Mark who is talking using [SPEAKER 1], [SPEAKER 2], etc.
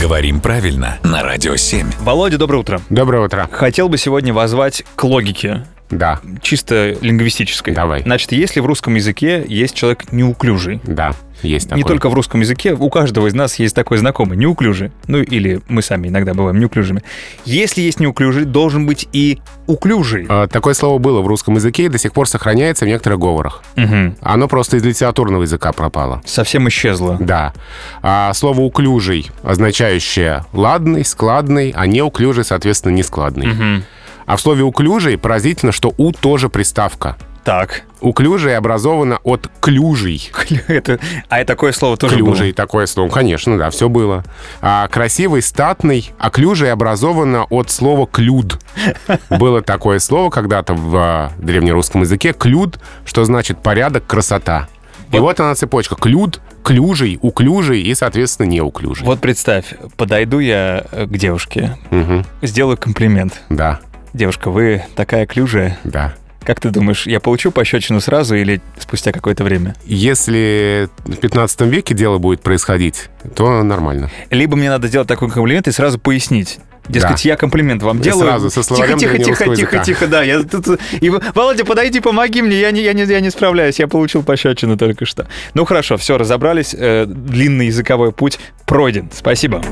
[SPEAKER 1] Говорим правильно на Радио 7.
[SPEAKER 2] Володя, доброе утро.
[SPEAKER 3] Доброе утро.
[SPEAKER 2] Хотел бы сегодня воззвать к логике,
[SPEAKER 3] Да,
[SPEAKER 2] чисто лингвистической.
[SPEAKER 3] Давай.
[SPEAKER 2] Значит, если в русском языке есть человек неуклюжий,
[SPEAKER 3] да, есть такое.
[SPEAKER 2] не только в русском языке, у каждого из нас есть такой знакомый, неуклюжий. Ну или мы сами иногда бываем неуклюжими. Если есть неуклюжий, должен быть и уклюжий.
[SPEAKER 3] Э, Такое слово было в русском языке и до сих пор сохраняется в некоторых говорах.
[SPEAKER 2] Мгм.
[SPEAKER 3] Оно просто из литературного языка пропало.
[SPEAKER 2] Совсем исчезло.
[SPEAKER 3] Да. А слово «уклюжий», означающее «ладный», «складный», а неуклюжий, соответственно, «нескладный». А в слове «уклюжий» поразительно, что «у» тоже приставка.
[SPEAKER 2] Так.
[SPEAKER 3] «Уклюжий» образовано от «клюжий».
[SPEAKER 2] Это... А и такое слово тоже было.
[SPEAKER 3] Клюжий такое слово. Ну, Конечно, да, все было. А, красивый, статный, а клюжий образовано от слова клюд. Было такое слово когда-то в а, древнерусском языке. Клюд, что значит порядок, красота. И вот она цепочка. Клюд, клюжий, уклюжий и, соответственно, неуклюжий.
[SPEAKER 2] Вот представь, подойду я э, к девушке,
[SPEAKER 3] Мгм.
[SPEAKER 2] сделаю комплимент.
[SPEAKER 3] Да,
[SPEAKER 2] Девушка, вы такая клюжая.
[SPEAKER 3] да.
[SPEAKER 2] Как ты думаешь, я получу пощечину сразу или спустя какое-то время?
[SPEAKER 3] Если в 15 веке дело будет происходить, то нормально.
[SPEAKER 2] Либо мне надо сделать такой комплимент и сразу пояснить. Дескать, я комплимент вам
[SPEAKER 3] И
[SPEAKER 2] делаю.
[SPEAKER 3] сразу со словарем
[SPEAKER 2] тихо, тихо, тихо,
[SPEAKER 3] древнерусского
[SPEAKER 2] тихо,
[SPEAKER 3] языка.
[SPEAKER 2] тихо, да. Я тут... и вы- Володя, подойди, помоги мне, я не, я, не, я не справляюсь, я получил пощечину только что. Ну хорошо, все, разобрались, э, длинный языковой путь пройден. Спасибо.